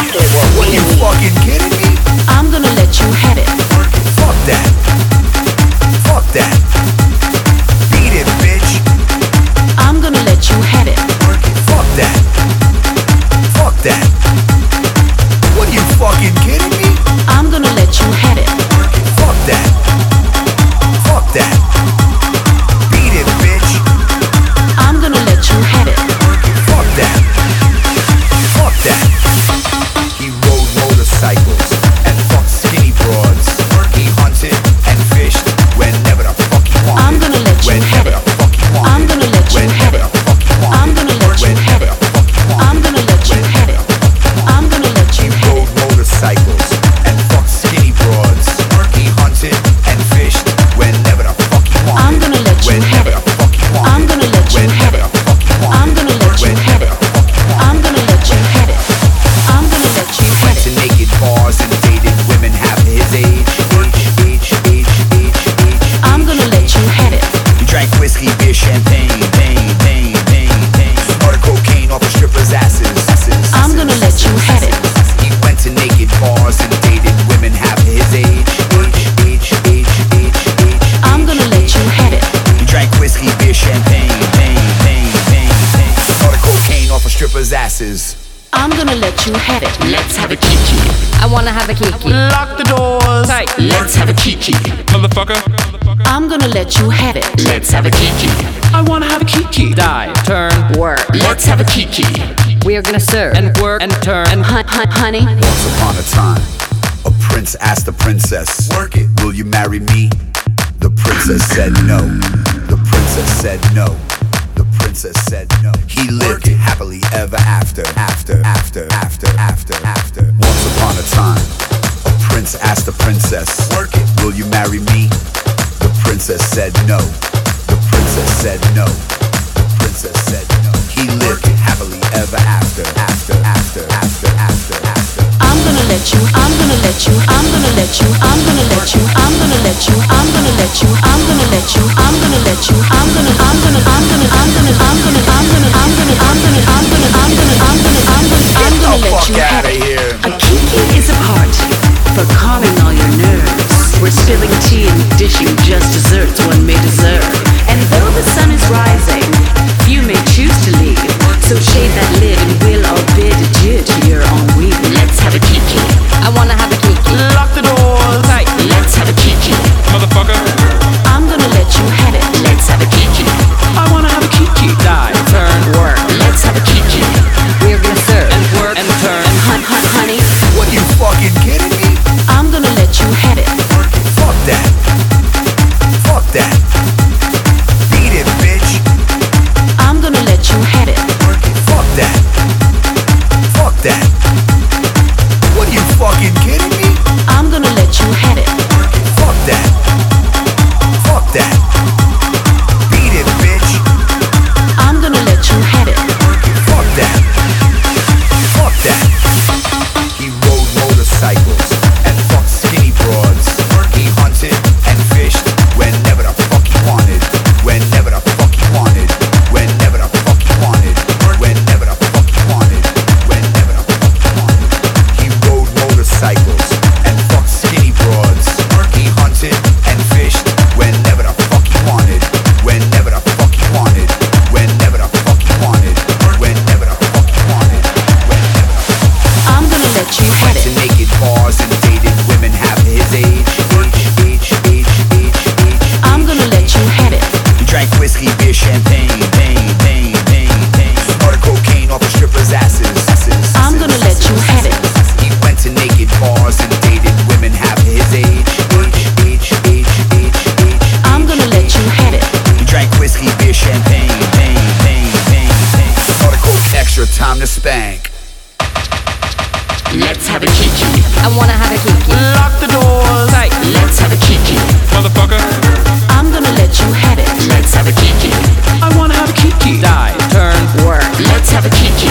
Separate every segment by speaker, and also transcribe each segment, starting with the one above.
Speaker 1: Are you fucking kidding me?
Speaker 2: I'm gonna let you have it.
Speaker 1: Fuck that. Fuck that. Beat it, bitch.
Speaker 2: I'm gonna let you have it.
Speaker 1: Fuck that. Fuck that. What are you fucking kidding me?
Speaker 2: I'm gonna let you have it.
Speaker 1: Fuck that. Fuck that. Beat it, bitch.
Speaker 2: I'm gonna let you have it.
Speaker 1: Fuck that. Fuck that. He rode motorcycles and fucked skinny broads. He hunted and fished whenever the fuck he wanted.
Speaker 2: I'm gonna let you have
Speaker 1: Whenever
Speaker 2: it.
Speaker 1: the fuck he wanted.
Speaker 2: I'm gonna let you have
Speaker 1: Whenever
Speaker 2: it.
Speaker 1: the fuck he wanted.
Speaker 2: I'm gonna let you have
Speaker 1: Whenever
Speaker 2: it.
Speaker 1: the fuck he wanted.
Speaker 2: I'm gonna let you have it. I'm gonna let
Speaker 1: He
Speaker 2: you have
Speaker 1: rode
Speaker 2: it.
Speaker 1: motorcycles and fucked skinny broads. He hunted and fished whenever the fuck he wanted.
Speaker 2: I'm gonna let you have
Speaker 1: Whenever
Speaker 2: it.
Speaker 1: the fuck he wanted.
Speaker 2: I'm gonna let you have
Speaker 1: Whenever
Speaker 2: it.
Speaker 1: the fuck he wanted.
Speaker 2: I'm gonna let you have it.
Speaker 1: Whenever the fuck he wanted.
Speaker 2: I'm gonna let you have it. I'm gonna let you
Speaker 1: Went
Speaker 2: have
Speaker 1: to
Speaker 2: it.
Speaker 1: naked bars and dated women half his age. Age, age, age, age.
Speaker 2: I'm gonna let you have it.
Speaker 1: He drank whiskey, beer, champagne, pain, pain, pain, pain. Snorted cocaine off a stripper's asses. asses,
Speaker 2: I'm gonna
Speaker 1: asses,
Speaker 2: let you have it.
Speaker 1: asses. He went to naked bars and dated women half his age. Age, age, age, age, age.
Speaker 2: I'm gonna let you have it.
Speaker 1: He drank whiskey, beer, champagne, pain, pain, pain, pain. Snorted cocaine off a stripper's asses.
Speaker 2: I'm gonna let you have it.
Speaker 3: Let's have a kiki.
Speaker 4: I wanna have a kiki.
Speaker 5: Lock the doors.
Speaker 4: Tight.
Speaker 3: Let's have a kiki. Motherfucker.
Speaker 2: I'm gonna let you have it.
Speaker 3: Let's have a kiki.
Speaker 5: I wanna have a kiki. Dive, turn,
Speaker 4: Work.
Speaker 3: Let's have a kiki.
Speaker 4: We are gonna serve.
Speaker 5: and work, and turn, and
Speaker 2: Hun- hun- honey,
Speaker 1: Once upon a time, a prince asked the princess, Work it. Will you marry me? The princess said no. The princess said no. The princess said no. He lived happily ever after, after, after, after, after, after. Once upon a time, a prince asked the princess, Work it. Will you marry me? The princess said no. The princess said no. The princess said no. He lived happily ever after, after, after, after, after, after.
Speaker 2: I'm gonna let you. I'm gonna let you. I'm gonna let you. I'm gonna let you. I'm gonna let you. I'm gonna let you. I'm gonna let you. I'm gonna let you. I'm gonna. I'm gonna. I'm gonna. I'm gonna. I'm gonna. I'm gonna. I'm gonna. I'm gonna. I'm gonna. I'm gonna. I'm gonna. I'm gonna. I'm gonna let you have it.
Speaker 1: here.
Speaker 6: A kiki is a party for calming all your nerves. We're spilling tea and dishing just desserts one may deserve. And though the sun is rising, few may choose to leave. So shade that lid and we'll all bid adieu to your ennui.
Speaker 3: Let's have a kiki.
Speaker 4: I wanna have a kiki.
Speaker 5: lock the doors. Tight.
Speaker 3: Let's have a kiki. Motherfucker.
Speaker 2: I'm gonna let you have it.
Speaker 3: Let's have a kiki.
Speaker 5: I wanna have a kiki. Dive, turn, work,
Speaker 3: Let's have a kiki.
Speaker 4: We are gonna serve.
Speaker 5: and work, and turn,
Speaker 2: Hun- hun- honey,
Speaker 1: What you fucking kidding me?
Speaker 2: I'm gonna let you have it.
Speaker 1: Fuck that. Fuck that. Beat it, bitch.
Speaker 2: I'm gonna let you have it.
Speaker 1: Fuck that. Fuck that. What you fucking kidding me?
Speaker 2: I'm gonna let you have it.
Speaker 1: Fuck that. Fuck that. Beat it, bitch.
Speaker 2: I'm gonna let you have it.
Speaker 1: Fuck that. Fuck that. He rode motorcycles and fucked skinny broads. He hunted and fished whenever the fuck he wanted. Whenever the fuck he wanted. Whenever the fuck he wanted. Whenever the fuck he wanted. Whenever the fuck he wanted. He rode motorcycles and fucked skinny broads. He hunted and fished whenever the fuck he wanted. Whenever the fuck he wanted. Whenever the fuck he wanted. Whenever the fuck he wanted. Whenever the fuck
Speaker 2: I'm gonna let you have
Speaker 1: went to
Speaker 2: it.
Speaker 1: naked bars and dated women half his age. Age, age, age, age, age.
Speaker 2: I'm gonna let you have it.
Speaker 1: He drank whiskey, beer, champagne, pain, pain, pain, pain. Snorted cocaine off a stripper's asses. asses,
Speaker 2: I'm gonna let you have it.
Speaker 1: He went to naked bars and dated women half his age. Age, age, age, age, age.
Speaker 2: I'm gonna let you have it.
Speaker 1: He drank whiskey, beer, champagne, pain, pain, pain, pain. Snorted coke, extra time to spank.
Speaker 3: Let's have a kiki.
Speaker 4: I wanna have a kiki.
Speaker 5: lock the doors. Tight.
Speaker 3: Let's have a kiki. Motherfucker.
Speaker 2: I'm gonna let you have it.
Speaker 3: Let's have a kiki.
Speaker 5: I wanna have a kiki. Dive, turn, work,
Speaker 3: Let's have a kiki.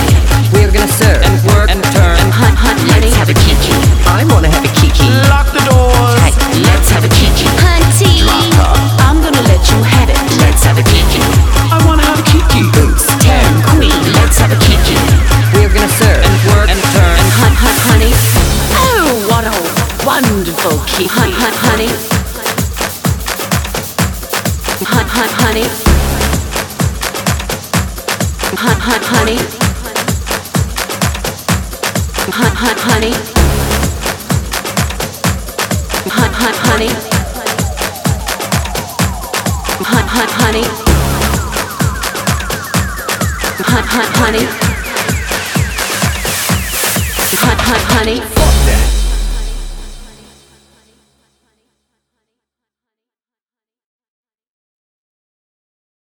Speaker 4: We are gonna serve.
Speaker 5: and work, and turn, and
Speaker 2: Hun- hun- honey,
Speaker 3: Let's have a kiki.
Speaker 4: I wanna have a kiki.
Speaker 5: lock the doors.
Speaker 3: Let's have a kiki.
Speaker 2: I'm gonna let you have it.
Speaker 3: Let's have a kiki.
Speaker 5: I wanna have a kiki.
Speaker 3: Let's have a kiki.
Speaker 4: We are gonna serve.
Speaker 5: Work, and turn,
Speaker 2: Hun- hun- honey,
Speaker 6: wonderful kiki.
Speaker 2: Hun- hun- honey. Hun- hun- honey. Hun- hun- honey. Hun- hun- honey. Hun- hun- honey. Hun- hun- honey. Hun- hun- honey. Hun- hun- honey.